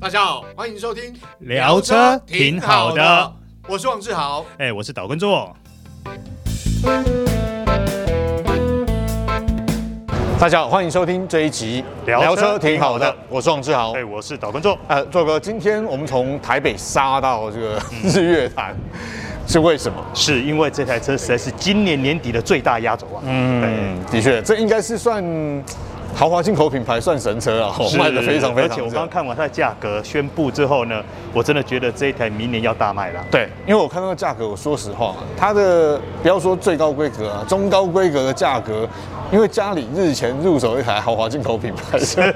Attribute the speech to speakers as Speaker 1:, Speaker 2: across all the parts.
Speaker 1: 大家好，欢迎收听
Speaker 2: 聊车挺好的，，
Speaker 1: 我是王志豪。
Speaker 2: 哎、我是岛根座。
Speaker 1: 大家好，欢迎收听这一集
Speaker 2: 聊车挺好的
Speaker 1: 我是王志豪
Speaker 2: 哎、。我是岛根座。
Speaker 1: 呃，做哥，今天我们从台北杀到这个
Speaker 2: 嗯
Speaker 1: 日月潭，是为什么？
Speaker 2: 是因为这台车实在是今年年底的最大压轴啊。
Speaker 1: 嗯，的确，这应该是算豪华进口品牌，算神车啊，吼
Speaker 2: 是
Speaker 1: 卖的非常非常热。
Speaker 2: 而且我刚刚看完它的价格宣布之后呢，我真的觉得这一台明年要大卖了。
Speaker 1: 对，因为我看到价格，我说实话，它的不要说最高规格啊，中高规格的价格，因为家里日前入手一台豪华进口品牌，所以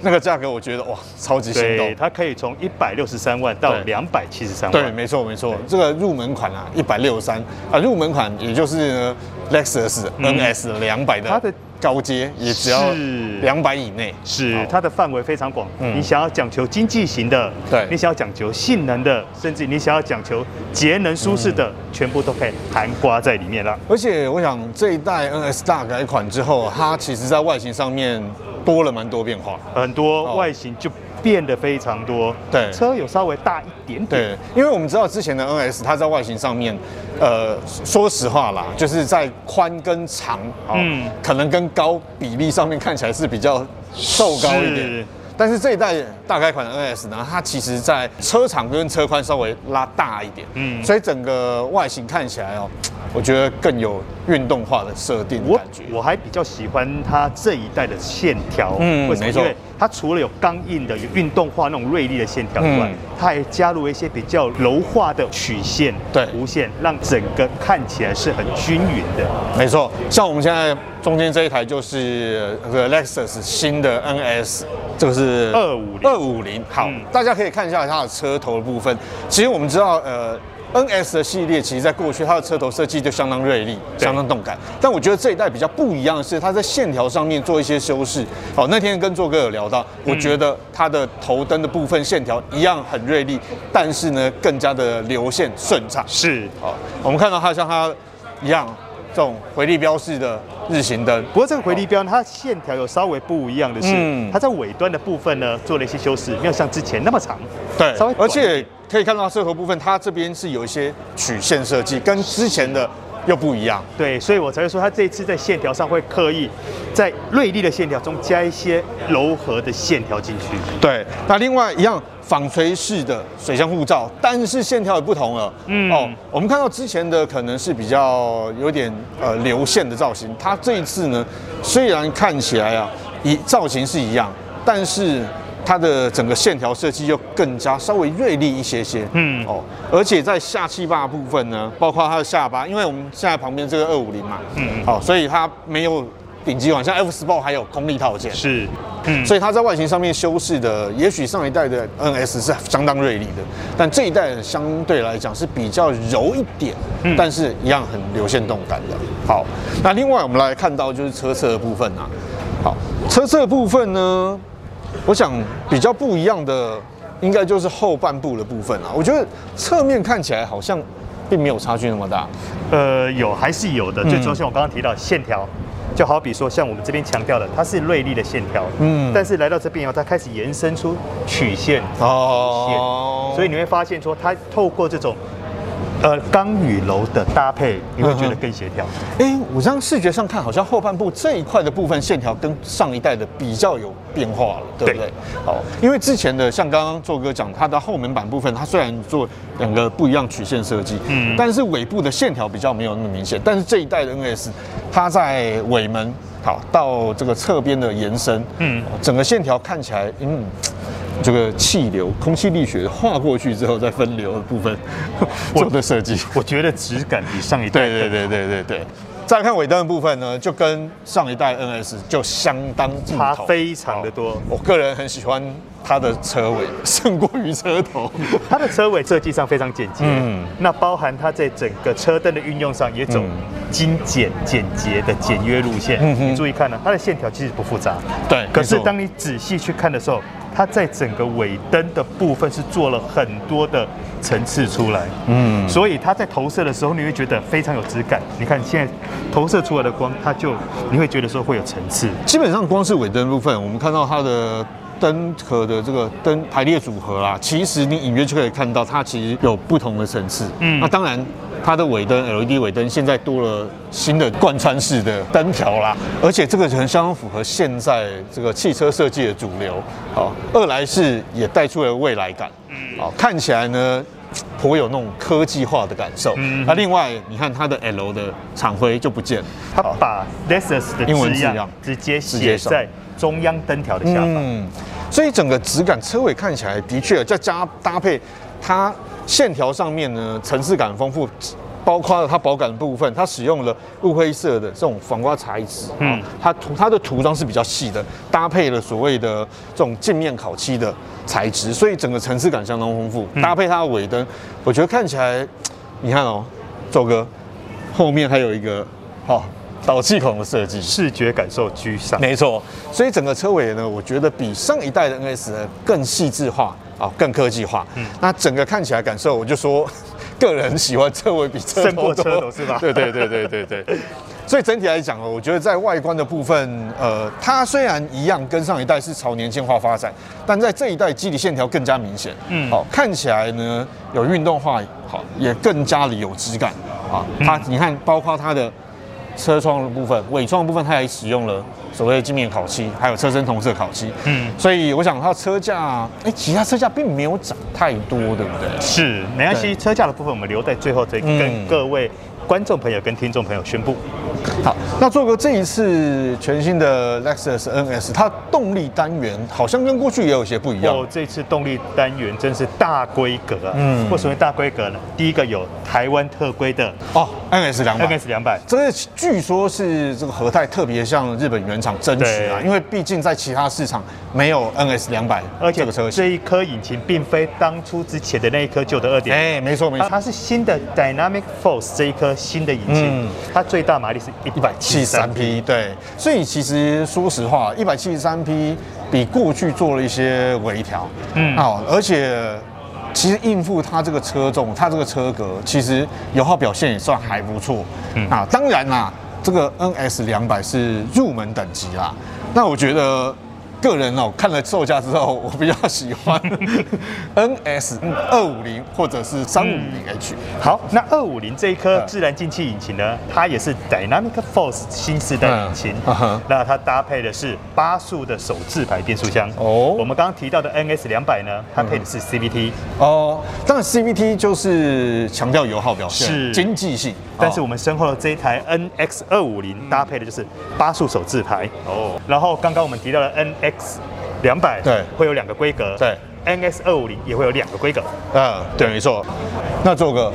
Speaker 1: 那个价格我觉得哇，超级心
Speaker 2: 对，
Speaker 1: 动。
Speaker 2: 它可以从一百六十三万到
Speaker 1: 对
Speaker 2: 两百七十三
Speaker 1: 对，
Speaker 2: 万。
Speaker 1: 没错没错，这个入门款啊，一百六十三啊，入门款也就是呢 Lexus NS 两百的，
Speaker 2: 它的
Speaker 1: 高阶也只要
Speaker 2: 是
Speaker 1: 两百以内，
Speaker 2: 是
Speaker 1: 好
Speaker 2: 它的范围非常广，
Speaker 1: 嗯
Speaker 2: 你想要讲求经济型的，
Speaker 1: 对
Speaker 2: 你想要讲求性能的，甚至你想要讲求节能舒适
Speaker 1: 嗯
Speaker 2: 的，全部都可以含刮在里面了。
Speaker 1: 而且我想这一代 NS 大改款之后，它其实在外形上面多了蛮多变化。
Speaker 2: 很
Speaker 1: 哦
Speaker 2: 多外形就变得非常多。
Speaker 1: 对
Speaker 2: 车有稍微大一点点。
Speaker 1: 对，因为我们知道之前的 NS 它在外形上面，呃，说实话啦，就是在宽跟长，哦、
Speaker 2: 嗯
Speaker 1: 可能跟高比例上面看起来是比较瘦高一点
Speaker 2: 是。
Speaker 1: 但是这一代大改款的 NS 呢，它其实在车长跟车宽稍微拉大一点，嗯，
Speaker 2: 嗯
Speaker 1: 所以整个外形看起来哦，我觉得更有运动化的设定的
Speaker 2: 我
Speaker 1: 感觉。
Speaker 2: 我还比较喜欢它这一代的线条，
Speaker 1: 嗯
Speaker 2: 为什么？
Speaker 1: 没错
Speaker 2: 因为它除了有刚硬的、有运动化那种锐利的线条以外，
Speaker 1: 嗯
Speaker 2: 它还加入了一些比较柔化的曲线、
Speaker 1: 对
Speaker 2: 弧线，让整个看起来是很均匀的。
Speaker 1: 没错，像我们现在中间这一台就是呃这个 Lexus 新的 NS，这个是
Speaker 2: 250
Speaker 1: 二五零。好，
Speaker 2: 嗯
Speaker 1: 大家可以看一下它的车头的部分。其实我们知道，呃，NS 的系列其实在过去它的车头设计就相当锐利，
Speaker 2: 对
Speaker 1: 相当动感。但我觉得这一代比较不一样的是，它在线条上面做一些修饰。好，那天跟做哥有聊到，我觉得它的头灯的部分线条一样很锐利，但是呢更加的流线顺畅。
Speaker 2: 是，
Speaker 1: 好，我们看到它像它一样这种回力标式的日行灯，
Speaker 2: 不过这个回力标呢它线条有稍微不一样的是，
Speaker 1: 嗯
Speaker 2: 它在尾端的部分呢做了一些修饰，没有像之前那么长，
Speaker 1: 对
Speaker 2: 稍微，
Speaker 1: 而
Speaker 2: 短一点
Speaker 1: 且可以看到车头部分，它这边是有一些曲线设计，跟之前的又不一样。
Speaker 2: 对，所以我才会说他这一次在线条上会刻意在锐利的线条中加一些柔和的线条进去。
Speaker 1: 对，那另外一样纺锤式的水箱护罩，但是线条也不同了。嗯，
Speaker 2: 嗯
Speaker 1: 哦，我们看到之前的可能是比较有点呃流线的造型，它这一次呢，虽然看起来啊一造型是一样，但是它的整个线条设计又更加稍微锐利一些些。嗯，
Speaker 2: 嗯
Speaker 1: 哦，而且在下气坝部分呢，包括它的下巴，因为我们现在旁边这个二五零嘛，嗯，好、所以它没有顶级款，像 F Sport 还有空力套件。
Speaker 2: 是，嗯，
Speaker 1: 所以它在外形上面修饰的，也许上一代的 NS 是相当锐利的，但这一代相对来讲是比较柔一点，但是一样很流线动感的。好，那另外我们来看到就是车侧的部分啊，好，车侧的部分呢，我想比较不一样的应该就是后半部的部分啊，我觉得侧面看起来好像并没有差距那么大，
Speaker 2: 呃，有还是有的。最主要像我刚刚提到线条，就好比说像我们这边强调的，它是锐利的线条，
Speaker 1: 嗯
Speaker 2: 嗯，但是来到这边以后，它开始延伸出曲线，
Speaker 1: 哦
Speaker 2: 所以你会发现说，它透过这种。呃，刚与柔的搭配，你会觉得更协调。
Speaker 1: 哎、我这样视觉上看，好像后半部这一块的部分线条跟上一代的比较有变化了，对不对
Speaker 2: 对？
Speaker 1: 哦，因为之前的像刚刚周哥讲，它的后门板部分，它虽然做两个不一样曲线设计，嗯，但是尾部的线条比较没有那么明显。但是这一代的 NS，它在尾门好到这个侧边的延伸，嗯
Speaker 2: 嗯，
Speaker 1: 整个线条看起来，嗯。这个气流、空气力学划过去之后再分流的部分做的设计，
Speaker 2: 我觉得质感比上一代
Speaker 1: 对对对对对对。再来看尾灯的部分呢，就跟上一代 NS 就相当不
Speaker 2: 差
Speaker 1: 同
Speaker 2: 非常的多。
Speaker 1: 我个人很喜欢它的车尾，胜过于车头。
Speaker 2: 它的车尾设计上非常简洁，
Speaker 1: 嗯
Speaker 2: 嗯，那包含它在整个车灯的运用上也走精简、简洁的简约路线。
Speaker 1: 嗯哼
Speaker 2: 你注意看呢、啊它的线条其实不复杂，
Speaker 1: 对
Speaker 2: 可是
Speaker 1: 没错
Speaker 2: 当你仔细去看的时候，它在整个尾灯的部分是做了很多的层次出来，
Speaker 1: 嗯
Speaker 2: 嗯，所以它在投射的时候，你会觉得非常有质感。你看现在投射出来的光，它就你会觉得说会有层次，
Speaker 1: 基本上光是尾灯部分，我们看到它的灯壳的这个灯排列组合啦，其实你隐约就可以看到它其实有不同的层次。
Speaker 2: 嗯
Speaker 1: 那当然。它的尾灯 LED 尾灯现在多了新的贯穿式的灯条啦，而且这个很相当符合现在这个汽车设计的主流。好，二来是也带出了未来感，
Speaker 2: 嗯
Speaker 1: 好，看起来呢颇有那种科技化的感受。
Speaker 2: 嗯
Speaker 1: 那另外你看它的 L 的厂徽就不见了，
Speaker 2: 他
Speaker 1: 好
Speaker 2: 把 Lexus 的
Speaker 1: 英文
Speaker 2: 字
Speaker 1: 字
Speaker 2: 样
Speaker 1: 样
Speaker 2: 直接
Speaker 1: 直接
Speaker 2: 写
Speaker 1: 上
Speaker 2: 在中央灯条的下方。
Speaker 1: 嗯，所以整个质感车尾看起来的确，再加搭配它线条上面呢层次感丰富，包括了它保感的部分，它使用了雾灰色的这种防刮材质，
Speaker 2: 嗯
Speaker 1: 嗯，它涂它的涂装是比较细的，搭配了所谓的这种镜面烤漆的材质，所以整个层次感相当丰富。搭配它的尾灯，我觉得看起来，你看哦，周哥后面还有一个哦导气孔的设计，
Speaker 2: 视觉感受居上。
Speaker 1: 没错，所以整个车尾呢，我觉得比上一代的 NS 呢更细致化啊，更科技化。
Speaker 2: 嗯
Speaker 1: 那整个看起来感受，我就说， 个人喜欢车尾比车头
Speaker 2: 胜过
Speaker 1: 多
Speaker 2: 车头是吧
Speaker 1: 对对对对对对。所以整体来讲哦，我觉得在外观的部分，呃，它虽然一样跟上一代是朝年轻化发展，但在这一代肌理线条更加明显，
Speaker 2: 嗯
Speaker 1: 嗯，好、看起来呢有运动化，好也更加的有质感啊。它、
Speaker 2: 嗯
Speaker 1: 你看，包括它的车窗的部分、尾窗的部分，它也使用了所谓的镜面烤漆，还有车身同色烤漆。嗯，
Speaker 2: 嗯
Speaker 1: 所以我想它车价，哎、其他车价并没有涨太多，对不对？
Speaker 2: 是，没关系，
Speaker 1: 对
Speaker 2: 车价的部分我们留在最后再
Speaker 1: 嗯
Speaker 2: 跟各位观众朋友跟听众朋友宣布。
Speaker 1: 好，那做个这一次全新的 Lexus NS，它动力单元好像跟过去也有些不一样。
Speaker 2: 哦，这次动力单元真是大规格啊！嗯
Speaker 1: 嗯，
Speaker 2: 为什么大规格呢？第一个有台湾特规的
Speaker 1: 哦，NS 两百
Speaker 2: NS 两百，
Speaker 1: 这个据说是这个和泰特别向日本原厂争取啊，
Speaker 2: 对
Speaker 1: 因为毕竟在其他市场没有 NS 两百
Speaker 2: 而
Speaker 1: 这
Speaker 2: 且
Speaker 1: 个车型。
Speaker 2: 这一颗引擎并非当初之前的那一颗旧的二点。
Speaker 1: 哎，没错没
Speaker 2: 啊
Speaker 1: 错，
Speaker 2: 它是新的 Dynamic Force 这一颗新的引擎，
Speaker 1: 嗯
Speaker 2: 它最大马力是一百七
Speaker 1: 七
Speaker 2: 十
Speaker 1: 十
Speaker 2: 三
Speaker 1: 三
Speaker 2: 匹。
Speaker 1: 匹，对，所以其实说实话，一百七十三匹比过去做了一些微调，
Speaker 2: 嗯
Speaker 1: 嗯，好，而且其实应付它这个车重，它这个车格，其实油耗表现也算还不错，嗯啊，当然啦，这个 NS 两百是入门等级啦，那我觉得。个人哦，看了售价之后，我比较喜欢 NS 二五零或者是三五零 H。
Speaker 2: 好，那二五零这一颗
Speaker 1: 嗯
Speaker 2: 自然进气引擎呢，它也是 Dynamic Force 新时代引擎。
Speaker 1: 嗯嗯哼
Speaker 2: 那它搭配的是八速的手自排变速箱。
Speaker 1: 哦嗯
Speaker 2: 我们刚刚提到的 NS 两百呢，它配的是 CVT，、
Speaker 1: 哦，当然 CVT 就是强调油耗表现，
Speaker 2: 是
Speaker 1: 经济性。
Speaker 2: 但是
Speaker 1: 哦嗯
Speaker 2: 我们身后的这一台 NX 二五零搭配的就是八速手自排。哦，然后刚刚我们提到的 NX 两百，
Speaker 1: 对
Speaker 2: 会有两个规格。
Speaker 1: 对。
Speaker 2: NX 二五零也会有两个规格，
Speaker 1: 嗯，对，没错。那做哥，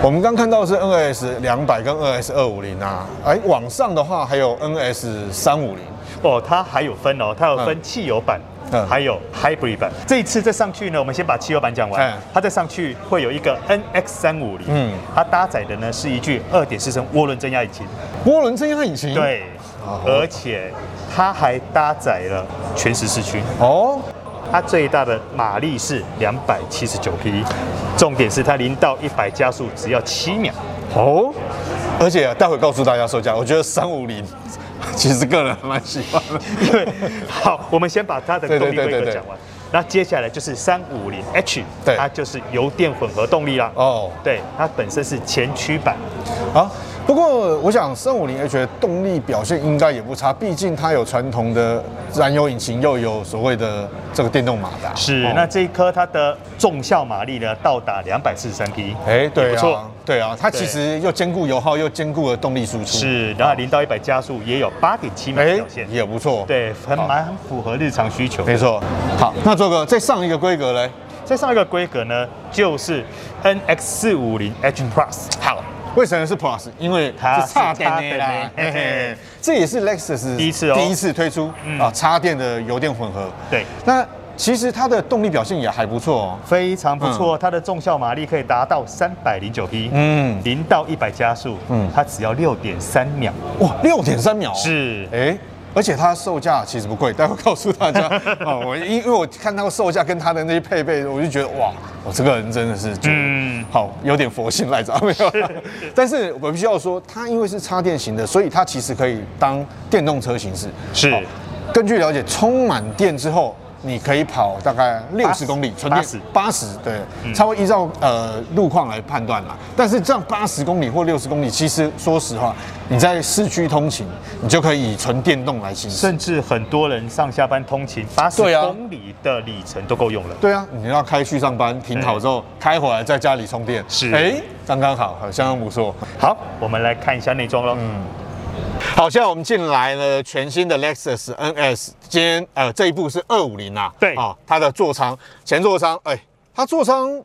Speaker 1: 我们刚看到是 NS 两百跟 NS 二五零啊，哎，往上的话还有 NS 三五零。
Speaker 2: 哦，它还有分哦，它有分
Speaker 1: 嗯
Speaker 2: 汽油版。
Speaker 1: 嗯
Speaker 2: 还有 Hybrid 版，这一次再上去呢，我们先把汽油版讲完
Speaker 1: 哎，
Speaker 2: 它再上去会有一个 NX 三五零，嗯
Speaker 1: 嗯，
Speaker 2: 它搭载的呢是一具二点四升涡轮增压引擎，
Speaker 1: 涡轮增压引擎。。
Speaker 2: 对
Speaker 1: 嗯哦，
Speaker 2: 而且它还搭载了全时四驱，
Speaker 1: 哦，
Speaker 2: 它最大的马力是两百七十九匹，重点是它零到一百加速只要七秒，
Speaker 1: 哦。而且待会告诉大家售价，我觉得三五零 其实个人还蛮喜欢的。
Speaker 2: 对，好，我们先把它的
Speaker 1: 对
Speaker 2: 动
Speaker 1: 对
Speaker 2: 力规
Speaker 1: 对
Speaker 2: 格
Speaker 1: 对对
Speaker 2: 讲完。那接下来就是三五零 H，
Speaker 1: 对
Speaker 2: 它就是油电混合动力啦。
Speaker 1: 哦
Speaker 2: 对，它本身是前驱版，
Speaker 1: 好，不过我想三五零 H 的动力表现应该也不差，毕竟它有传统的燃油引擎，又有所谓的这个电动马达。
Speaker 2: 是。
Speaker 1: 哦
Speaker 2: 那这一颗它的重效马力呢，到达两百四十三匹，
Speaker 1: 哎，对
Speaker 2: 也不错
Speaker 1: 啊，对啊，它其
Speaker 2: 对
Speaker 1: 实又兼顾油耗，又兼顾了动力输出，，
Speaker 2: 是。然后零到一百加速也有八点七秒的
Speaker 1: 哎
Speaker 2: 表现，，
Speaker 1: 也不错，，
Speaker 2: 对，很
Speaker 1: 好
Speaker 2: 蛮符合日常需求。
Speaker 1: 没错。好，那做个再上一个规格嘞，
Speaker 2: 再上一个规格呢，就是 NX 四五零 H Plus。好，
Speaker 1: 为什么是 Plus？因为
Speaker 2: 它
Speaker 1: 是插
Speaker 2: 是插
Speaker 1: 电
Speaker 2: 电
Speaker 1: 的
Speaker 2: 的
Speaker 1: 啦，
Speaker 2: 嘿
Speaker 1: 嘿
Speaker 2: 嘿
Speaker 1: 嘿，这也是 Lexus
Speaker 2: 第一次哦
Speaker 1: 第一次推出啊插电的油电混合，
Speaker 2: 对
Speaker 1: 那其实它的动力表现也还不错哦，
Speaker 2: 非常不错，它的重效马力可以达到三百零九匹，嗯
Speaker 1: 嗯，
Speaker 2: 零到一百加速，嗯
Speaker 1: 嗯，
Speaker 2: 它只要六点三秒，
Speaker 1: 哇，六点三秒，
Speaker 2: 是
Speaker 1: 哎。而且它售价其实不贵，待会告诉大 家哦。我因因为我看它的售价跟它的那些配备，我就觉得哇，我这个人真的是觉得
Speaker 2: 嗯
Speaker 1: 好有点佛性来着，没有啦。 但是我必须要说，它因为是插电型的，所以它其实可以当电动车行驶。
Speaker 2: 是
Speaker 1: 好根据了解，充满电之后，你可以跑大概六十
Speaker 2: 80
Speaker 1: 公里，纯电
Speaker 2: 80
Speaker 1: 八十，对，
Speaker 2: 嗯
Speaker 1: 稍微依照呃路况来判断啦。但是这样八十公里或六十公里，其实说实话，你在市区通勤，你就可以以纯电动来行驶。
Speaker 2: 甚至很多人上下班通勤八十
Speaker 1: 对啊
Speaker 2: 公里的里程都够用了。
Speaker 1: 对啊，你要开去上班，停好之后开回来，在家里充电，
Speaker 2: 是
Speaker 1: 哎，刚刚好，好相当不错。
Speaker 2: 好，我们来看一下内装喽。
Speaker 1: 嗯好，现在我们进来了全新的 Lexus NS，今天呃这一部是二五零啊，
Speaker 2: 对
Speaker 1: 啊、它的座舱前座舱，哎、它座舱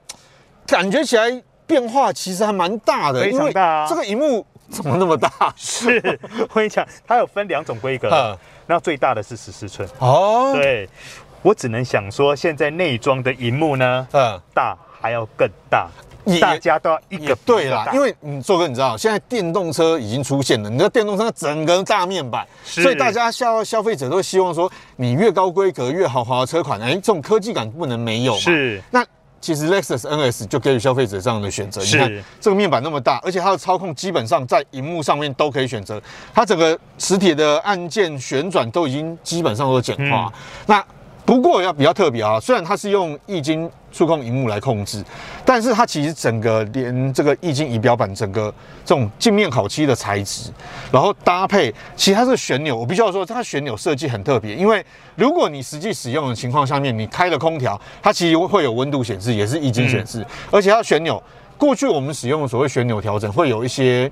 Speaker 1: 感觉起来变化其实还蛮大的，
Speaker 2: 非常大
Speaker 1: 因
Speaker 2: 啊
Speaker 1: 为这个荧幕怎么那么大？
Speaker 2: 是，我跟你讲，它有分两种规格
Speaker 1: 嗯，
Speaker 2: 那最大的是十四寸。
Speaker 1: 哦，
Speaker 2: 对，我只能想说，现在内装的荧幕呢，
Speaker 1: 嗯，
Speaker 2: 大还要更大
Speaker 1: 也，
Speaker 2: 大家都要一
Speaker 1: 也
Speaker 2: 个
Speaker 1: 对啦，因
Speaker 2: 为
Speaker 1: 为你做哥，你知道现在电动车已经出现了，你知道电动车整个大面板，
Speaker 2: 是
Speaker 1: 所以大家消消费者都希望说，你越高规格越豪华的车款，哎，这种科技感不能没有嘛。
Speaker 2: 是
Speaker 1: 那其实 Lexus NS 就给予消费者这样的选择。你
Speaker 2: 是
Speaker 1: 看这个面板那么大，而且它的操控基本上在荧幕上面都可以选择，它整个实体的按键旋转都已经基本上都简化。那不过要比较特别啊，虽然它是用液晶触控荧幕来控制，但是它其实整个连这个液晶仪表板整个这种镜面烤漆的材质，然后搭配其他的旋钮，我必须要说它旋钮设计很特别，因为如果你实际使用的情况下面，你开了空调，它其实会有温度显示，也是液晶显示，而且它的旋钮，过去我们使用的所谓旋钮调整会有一些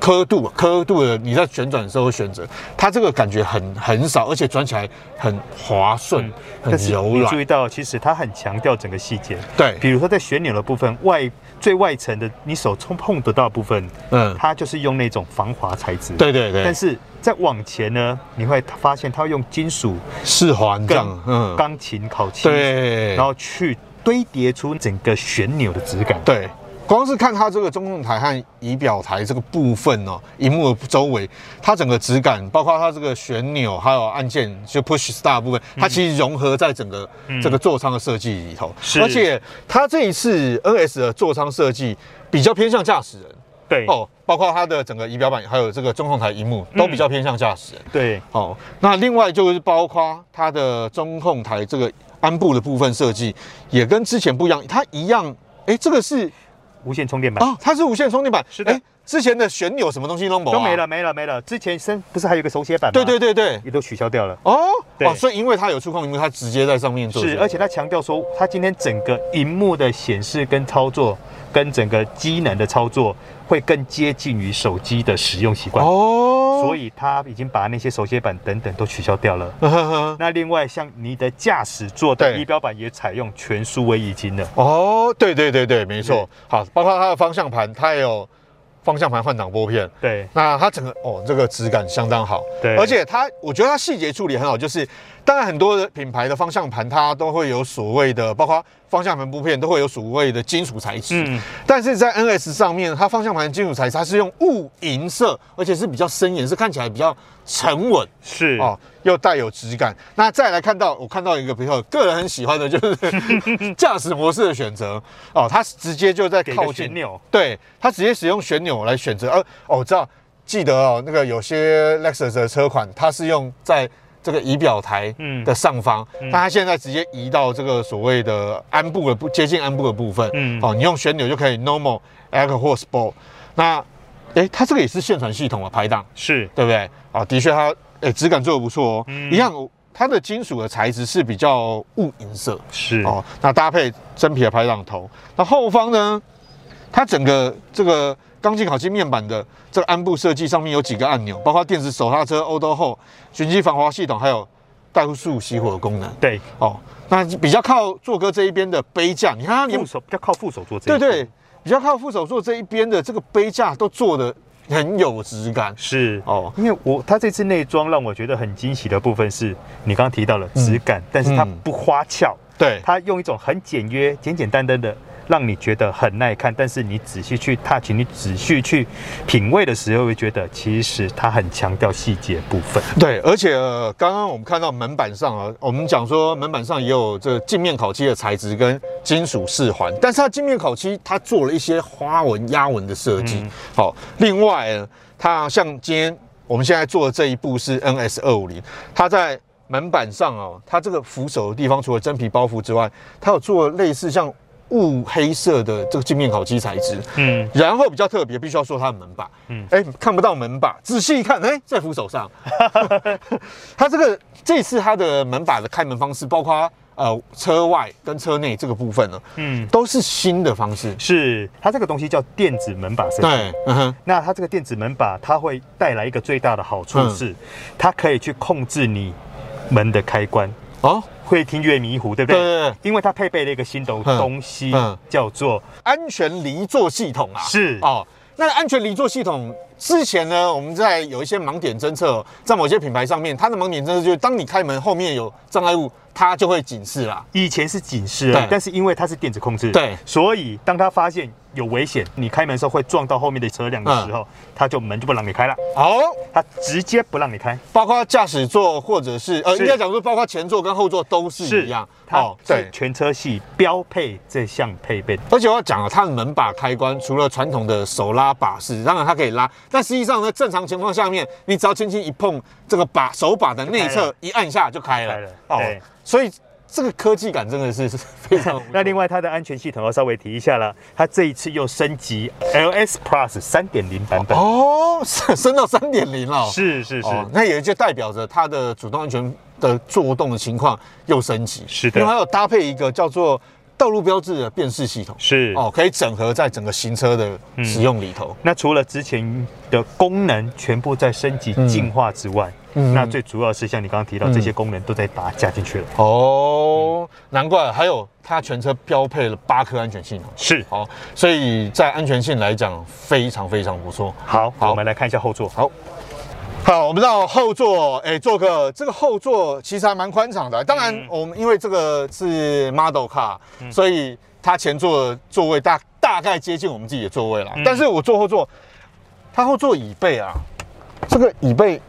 Speaker 1: 刻度，刻度的你在旋转的时候会选择，它这个感觉很很少，而且转起来很滑顺、
Speaker 2: 但
Speaker 1: 很
Speaker 2: 是
Speaker 1: 柔
Speaker 2: 你注
Speaker 1: 软。
Speaker 2: 意到，其实它很强调整个细节。
Speaker 1: 对
Speaker 2: 比如说在旋钮的部分，外最外层的你手冲碰得到的部分，
Speaker 1: 嗯
Speaker 2: 它就是用那种防滑材质。
Speaker 1: 对对对
Speaker 2: 但，是再往前呢，你会发现它用金属
Speaker 1: 四环这
Speaker 2: 跟
Speaker 1: 样，嗯，
Speaker 2: 钢琴烤漆，
Speaker 1: 对，
Speaker 2: 然后去堆叠出整个旋钮的质感。
Speaker 1: 对，光是看它这个中控台和仪表台这个部分哦，荧幕的周围，它整个质感，包括它这个旋钮还有按键，就 push start 的部分，它其实融合在整个、这个座舱的设计里头。
Speaker 2: 是
Speaker 1: 而且它这一次 NS 的座舱设计比较偏向驾驶人
Speaker 2: 对
Speaker 1: 哦，包括它的整个仪表板还有这个中控台荧幕都比较偏向驾驶人。
Speaker 2: 对，
Speaker 1: 哦，那另外就是包括它的中控台这个安部的部分设计，也跟之前不一样，它一样，哎、这个是
Speaker 2: 无线充电板。
Speaker 1: 哦，它是无线充电板，
Speaker 2: 是的
Speaker 1: 诶之前的旋钮什么东西都没、啊、
Speaker 2: 都没了，。没了，没了。之前生不是还有一个手写板吗？
Speaker 1: 对对，对对，
Speaker 2: 也都取消掉了。
Speaker 1: 哦，
Speaker 2: 对
Speaker 1: 哦，所以因为它有触控屏幕，它直接在上面做。
Speaker 2: 是，而且他强调说，他今天整个荧幕的显示跟操作，跟整个机能的操作，会更接近于手机的使用习惯。
Speaker 1: 哦，
Speaker 2: 所以他已经把那些手写板等等都取消掉了。
Speaker 1: 呵呵呵
Speaker 2: 那另外，像你的驾驶座的
Speaker 1: 对
Speaker 2: 仪表板也采用全数位液晶了。
Speaker 1: 哦，对对对对，没错。好，包括它的方向盘，它也有方向盘换挡拨片。
Speaker 2: 对，
Speaker 1: 那它整个哦，这个质感相当好，
Speaker 2: 对
Speaker 1: 而且它，我觉得它细节处理很好，就是当然很多的品牌的方向盘它都会有所谓的，包括方向盘布片都会有所谓的金属材质，
Speaker 2: 嗯
Speaker 1: 但是在 NS 上面，它方向盘金属材质它是用雾银色，而且是比较深颜色，看起来比较沉稳
Speaker 2: 是
Speaker 1: 哦，又带有质感。那再来看到我看到一个比较个人很喜欢的就是 驾驶模式的选择哦，它直接就在
Speaker 2: 给一
Speaker 1: 靠
Speaker 2: 个
Speaker 1: 近
Speaker 2: 旋钮。
Speaker 1: 对，它直接使用旋钮来选择。呃，哦，我知道，记得哦，那个有些 Lexus 的车款，它是用在这个仪表台
Speaker 2: 嗯
Speaker 1: 的上方，那、它现在直接移到这个所谓的鞍部的部接近鞍部的部分。
Speaker 2: 嗯
Speaker 1: 哦，你用旋钮就可以 Normal、Eco 或 Sport。那，诶，它这个也是线传系统的啊排档，
Speaker 2: 是，
Speaker 1: 对不对？啊，的确它，诶，质感做的不错哦，
Speaker 2: 嗯
Speaker 1: 一样。它的金属的材质是比较雾银色，
Speaker 2: 是，
Speaker 1: 哦，那搭配真皮的排挡头，那后方呢，它整个这个钢琴烤漆面板的这个鞍部设计上面有几个按钮，包括电子手刹车、欧兜后、循迹防滑系统，还有怠速熄火的功能。
Speaker 2: 对，
Speaker 1: 哦，那比较靠坐哥这一边的杯架，你看它连
Speaker 2: 副手比较靠副手做这
Speaker 1: 对
Speaker 2: 一步
Speaker 1: 对，比较靠副手座这一边的这个杯架都做的很有质感。
Speaker 2: 是
Speaker 1: 哦
Speaker 2: 哦，因为我它这次内装让我觉得很惊喜的部分是你刚刚提到了质感，但是它
Speaker 1: 嗯
Speaker 2: 不花俏，
Speaker 1: 对，
Speaker 2: 它用一种很简约、简简单单的，让你觉得很耐看，但是你仔细去 touch，你仔细去品味的时候，会觉得其实它很强调细节部分。
Speaker 1: 对，而且呃刚刚我们看到门板上啊，我们讲说门板上也有这个镜面烤漆的材质跟金属饰环，但是它镜面烤漆它做了一些花纹压纹的设计。好、另外呢它像今天我们现在做的这一步是 NS 二五零，它在门板上哦，它这个扶手的地方，除了真皮包覆之外，它有做类似像雾黑色的这个镜面烤漆材质。
Speaker 2: 嗯，
Speaker 1: 然后比较特别，必须要说它的门把，嗯，哎，看不到门把，仔细一看，哎，在扶手上。 它这个这次它的门把的开门方式，包括呃车外跟车内这个部分呢，
Speaker 2: 嗯
Speaker 1: 嗯，都是新的方式。
Speaker 2: 是它这个东西叫电子门把设计。
Speaker 1: 对，嗯哼，
Speaker 2: 那它这个电子门把，它会带来一个最大的好处
Speaker 1: 嗯
Speaker 2: 是，它可以去控制你门的开关，
Speaker 1: 哦，
Speaker 2: 会听越迷糊，对不对？
Speaker 1: 对对对
Speaker 2: 因为它配备了一个新的
Speaker 1: 嗯
Speaker 2: 东西，
Speaker 1: 嗯
Speaker 2: 叫做
Speaker 1: 安全离座系统啊，
Speaker 2: 是
Speaker 1: 哦。那安全离座系统之前呢，我们在有一些盲点侦测哦，在某些品牌上面，它的盲点侦测就是当你开门后面有障碍物，它就会警示啦。
Speaker 2: 以前是警示而已
Speaker 1: 对
Speaker 2: 但是因为它是电子控制，
Speaker 1: 对
Speaker 2: 所以当它发现有危险，你开门的时候会撞到后面的车辆的时
Speaker 1: 嗯
Speaker 2: 候，它就门就不让你开了，
Speaker 1: 好、
Speaker 2: 它直接不让你开，
Speaker 1: 包括驾驶座或者是呃，
Speaker 2: 是
Speaker 1: 应该讲说包括前座跟后座都是一样哦
Speaker 2: 它是
Speaker 1: 对。
Speaker 2: 全车系标配这项配备。
Speaker 1: 而且我要讲啊，它的门把开关除了传统的手拉把式，当然它可以拉，但实际上呢，正常情况下面，你只要轻轻一碰这个把手把的内
Speaker 2: 开
Speaker 1: 侧
Speaker 2: 了，
Speaker 1: 一按下就开了。哦
Speaker 2: 开了对
Speaker 1: 所以这个科技感真的是非常。
Speaker 2: 那另外，它的安全系统要稍微提一下了，它这一次又升级 LS Plus 三点零版 本，
Speaker 1: 哦，升升到三点零了哦，
Speaker 2: 是是是，
Speaker 1: 哦，那也就代表着它的主动安全的做动的情况又升级。
Speaker 2: 是的
Speaker 1: 因为它有搭配一个叫做道路标志的辨识系统。
Speaker 2: 是
Speaker 1: 哦，可以整合在整个行车的使用里头。
Speaker 2: 那除了之前的功能全部在升级进化之外，
Speaker 1: 嗯
Speaker 2: 那最主要是像你刚刚提到，这些功能都在把它加进去了。
Speaker 1: 哦，难怪还有它全车标配了八颗安全系统。
Speaker 2: 是，
Speaker 1: 好，所以在安全性来讲，非常非常不错。
Speaker 2: 好，
Speaker 1: 好
Speaker 2: 我们来看一下后座。
Speaker 1: 好，好，我们到后座，哎、做个这个后座其实还蛮宽敞的。啊当然，
Speaker 2: 嗯
Speaker 1: 我们因为这个是 Model Car，、所以它前座的座位大大概接近我们自己的座位了。
Speaker 2: 嗯
Speaker 1: 但是我坐后座，它后座椅背啊，这个椅背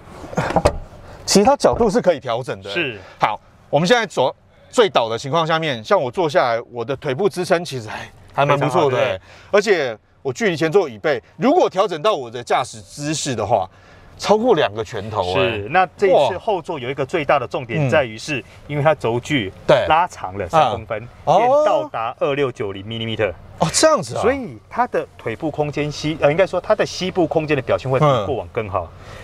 Speaker 1: 其实它角度是可以调整的。
Speaker 2: 是，
Speaker 1: 好，我们现在左最倒的情况下面，像我坐下来，我的腿部支撑其实还还蛮不错的、
Speaker 2: 非常好对
Speaker 1: 而且我距离前座椅背，如果调整到我的驾驶姿势的话，超过两个拳头、哎
Speaker 2: 是，那这一次
Speaker 1: 哇
Speaker 2: 后座有一个最大的重点
Speaker 1: 嗯
Speaker 2: 在于是，因为它轴距
Speaker 1: 对
Speaker 2: 拉长了三
Speaker 1: 啊
Speaker 2: 公分，
Speaker 1: 哦
Speaker 2: 也到达二六九零 m m
Speaker 1: 哦，这样子啊，
Speaker 2: 所以它的腿部空间膝呃，应该说它的膝部空间的表现会比
Speaker 1: 嗯
Speaker 2: 过往更好。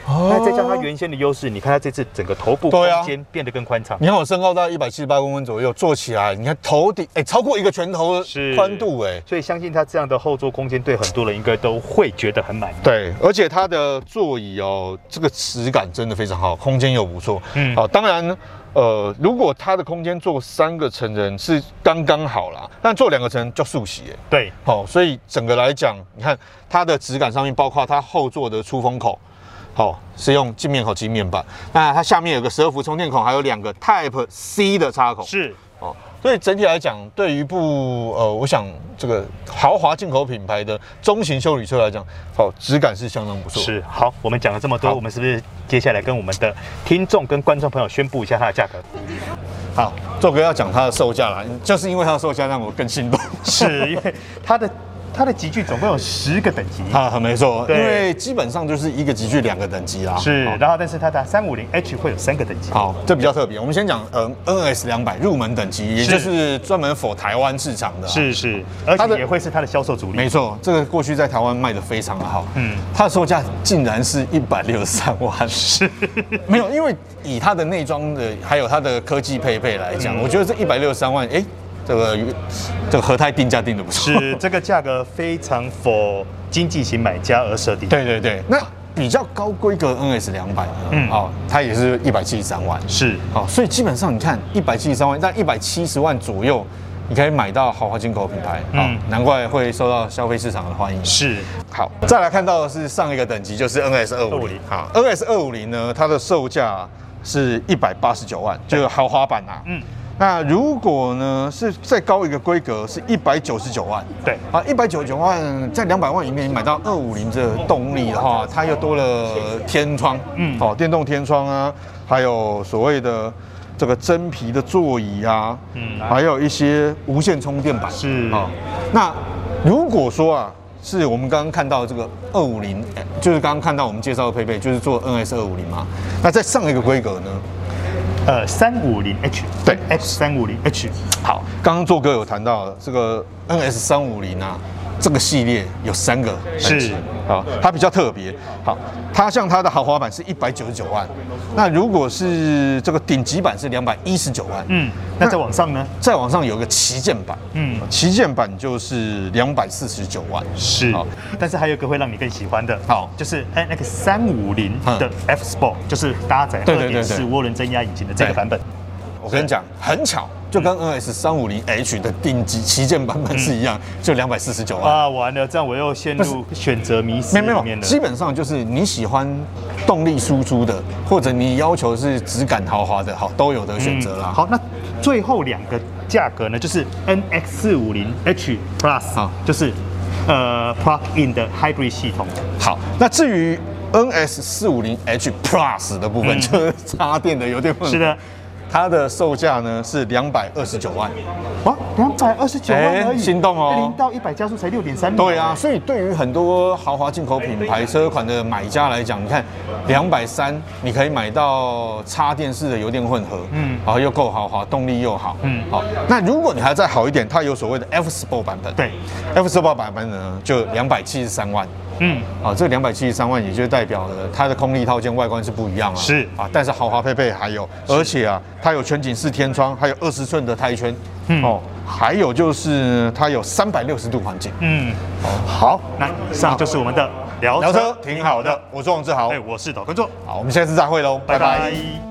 Speaker 1: 哦
Speaker 2: 那再加上它原先的优势，你看它这次整个头部
Speaker 1: 对啊
Speaker 2: 空间变得更宽敞。
Speaker 1: 你看我身高大概一百七十八公分左右，坐起来，你看头顶哎、超过一个拳头
Speaker 2: 是
Speaker 1: 的宽度哎、
Speaker 2: 所以相信它这样的后座空间，对很多人应该都会觉得很满意。
Speaker 1: 对，而且它的座椅哦，这个质感真的非常好，空间又不错。
Speaker 2: 嗯
Speaker 1: 嗯，好、当然，呃，如果它的空间坐三个成人是刚刚好啦，但坐两个成人就哎速席耶。
Speaker 2: 对，
Speaker 1: 好、所以整个来讲，你看它的质感上面，包括它后座的出风口，好、是用镜面口及面板，那它下面有个十二伏充电孔，还有两个 Type C 的插孔。
Speaker 2: 是
Speaker 1: 哦，所以整体来讲，对于一部呃，我想这个豪华进口品牌的中型修理车来讲，好、质感是相当不错。，
Speaker 2: 是。好，我们讲了这么多，
Speaker 1: 好
Speaker 2: 我们是不是接下来跟我们的听众跟观众朋友宣布一下它的价格？
Speaker 1: 好，周哥要讲它的售价啦，就是因为它的售价让我更心 动。
Speaker 2: 是因为它的它的集具总共有十个等级。
Speaker 1: 啊，没错，因
Speaker 2: 对
Speaker 1: 为基本上就是一个集距两个等级啦。
Speaker 2: 是，
Speaker 1: 好
Speaker 2: 然后但是它的三五零 H 会有三个等级。
Speaker 1: 好，这比较特别。我们先讲，嗯、NS 两百入门等级，也
Speaker 2: 是
Speaker 1: 就是专门否台湾市场的、，
Speaker 2: 是是，而
Speaker 1: 它
Speaker 2: 且
Speaker 1: 的
Speaker 2: 也会是它的销售主力
Speaker 1: 没。错，这个过去在台湾卖的非常的好，
Speaker 2: 嗯
Speaker 1: 嗯，它的售价竟然是一百六十三万，是，没有，因为以它的内装的还有它的科技配备来讲，我觉得这一百六十三万，哎、这个这个和泰定价定的不错，
Speaker 2: 是这个价格非常 for 经济型买家而设定。
Speaker 1: 对对对，那比较高规格 NS 两百，
Speaker 2: 嗯
Speaker 1: 嗯，哦，它也是一百七十三万，
Speaker 2: 是
Speaker 1: 好，所以基本上你看一百七十三万，但一百七十万左右，你可以买到豪华进口品牌，啊、
Speaker 2: 嗯
Speaker 1: 难怪会受到消费市场的欢迎。
Speaker 2: 是，
Speaker 1: 好，再来看到的是上一个等级，就是 NS 二五
Speaker 2: 250
Speaker 1: 零。好，NS 二五零呢，它的售价是一百八十九万，就是豪华版啊。
Speaker 2: 嗯
Speaker 1: 嗯，那如果呢是再高一个规格，是一百九十九万。
Speaker 2: 对
Speaker 1: 啊，一百九十九万在两百万以内买到二五零这个动力的话，它又多了天窗，嗯，
Speaker 2: 嗯
Speaker 1: 哦，电动天窗啊，还有所谓的这个真皮的座椅啊，
Speaker 2: 嗯
Speaker 1: 嗯，还有一些无线充电板，
Speaker 2: 是
Speaker 1: 哦。那如果说啊，是我们刚刚看到这个二五零，呃就是刚刚看到我们介绍的配备，就是做 NS 二五零嘛，那在上一个规格呢，
Speaker 2: 呃，三五零 H，
Speaker 1: 对
Speaker 2: ，H 三五零 H，好，
Speaker 1: 刚刚做哥有谈到了这个 NS 三五零啊，这个系列有三个
Speaker 2: 是
Speaker 1: 等级好，它比较特别。好，它像它的豪华版是一百九十九万，那如果是这个顶级版是两百一十九万，
Speaker 2: 嗯，那再往上呢？
Speaker 1: 再往上有个旗舰版，
Speaker 2: 嗯
Speaker 1: 旗舰版就是两百四十九万，
Speaker 2: 是
Speaker 1: 好，
Speaker 2: 但是还有一个会让你更喜欢的，
Speaker 1: 好
Speaker 2: 就是 NX 三五零
Speaker 1: 嗯
Speaker 2: 的 F Sport，就是搭载
Speaker 1: 对
Speaker 2: 二
Speaker 1: 对对
Speaker 2: 点
Speaker 1: 对
Speaker 2: 四涡轮增压引擎的这个
Speaker 1: 对
Speaker 2: 版本。
Speaker 1: 我跟你讲，很巧，就跟 NS 三五零 H 的顶级旗舰版本是一样，就两百四十九万。
Speaker 2: 嗯啊，完了，这样我又陷入选择迷失
Speaker 1: 没
Speaker 2: 里
Speaker 1: 有没
Speaker 2: 面
Speaker 1: 有，
Speaker 2: 了。
Speaker 1: 基本上就是你喜欢动力输出的，或者你要求是质感豪华的，好都有得选择啦。
Speaker 2: 嗯好，那最后两个价格呢，就是 NX 四五零 H Plus，
Speaker 1: 好
Speaker 2: 就是呃 plug in 的 hybrid 系统。
Speaker 1: 好，那至于 NS 四五零 H Plus 的部分，
Speaker 2: 嗯
Speaker 1: 就是插电的有点问题
Speaker 2: 是的，
Speaker 1: 它的售价呢是两百二十九万。
Speaker 2: 哇，两百二十九万
Speaker 1: 哎
Speaker 2: 而已，
Speaker 1: 心动哦
Speaker 2: 零到一百加速才六点三秒。
Speaker 1: 对啊，，所以对于很多豪华进口品牌车款的买家来讲，你看两百三你可以买到插电式的油电混合，
Speaker 2: 嗯
Speaker 1: 嗯，然后又够豪华，动力又好，
Speaker 2: 嗯
Speaker 1: 嗯，好。那如果你还再好一点，它有所谓的 F Sport 版本，
Speaker 2: 对
Speaker 1: ，F Sport 版本呢就两百七十三万。
Speaker 2: 嗯，
Speaker 1: 啊，这两百七十三万也就代表了它的空力套件外观是不一样啊，
Speaker 2: 是
Speaker 1: 啊，但是豪华配备还有，而且啊，它有全景式天窗，还有二十寸的胎圈，
Speaker 2: 嗯
Speaker 1: 哦，还有就是它有三百六十度环境。哦
Speaker 2: 嗯，
Speaker 1: 好，
Speaker 2: 那以上就是我们的聊嗯
Speaker 1: 聊车挺好的，我是王志豪
Speaker 2: 哎，，我是导观众，
Speaker 1: 好，我们下次再会喽，
Speaker 2: 拜
Speaker 1: 拜
Speaker 2: 拜。
Speaker 1: 拜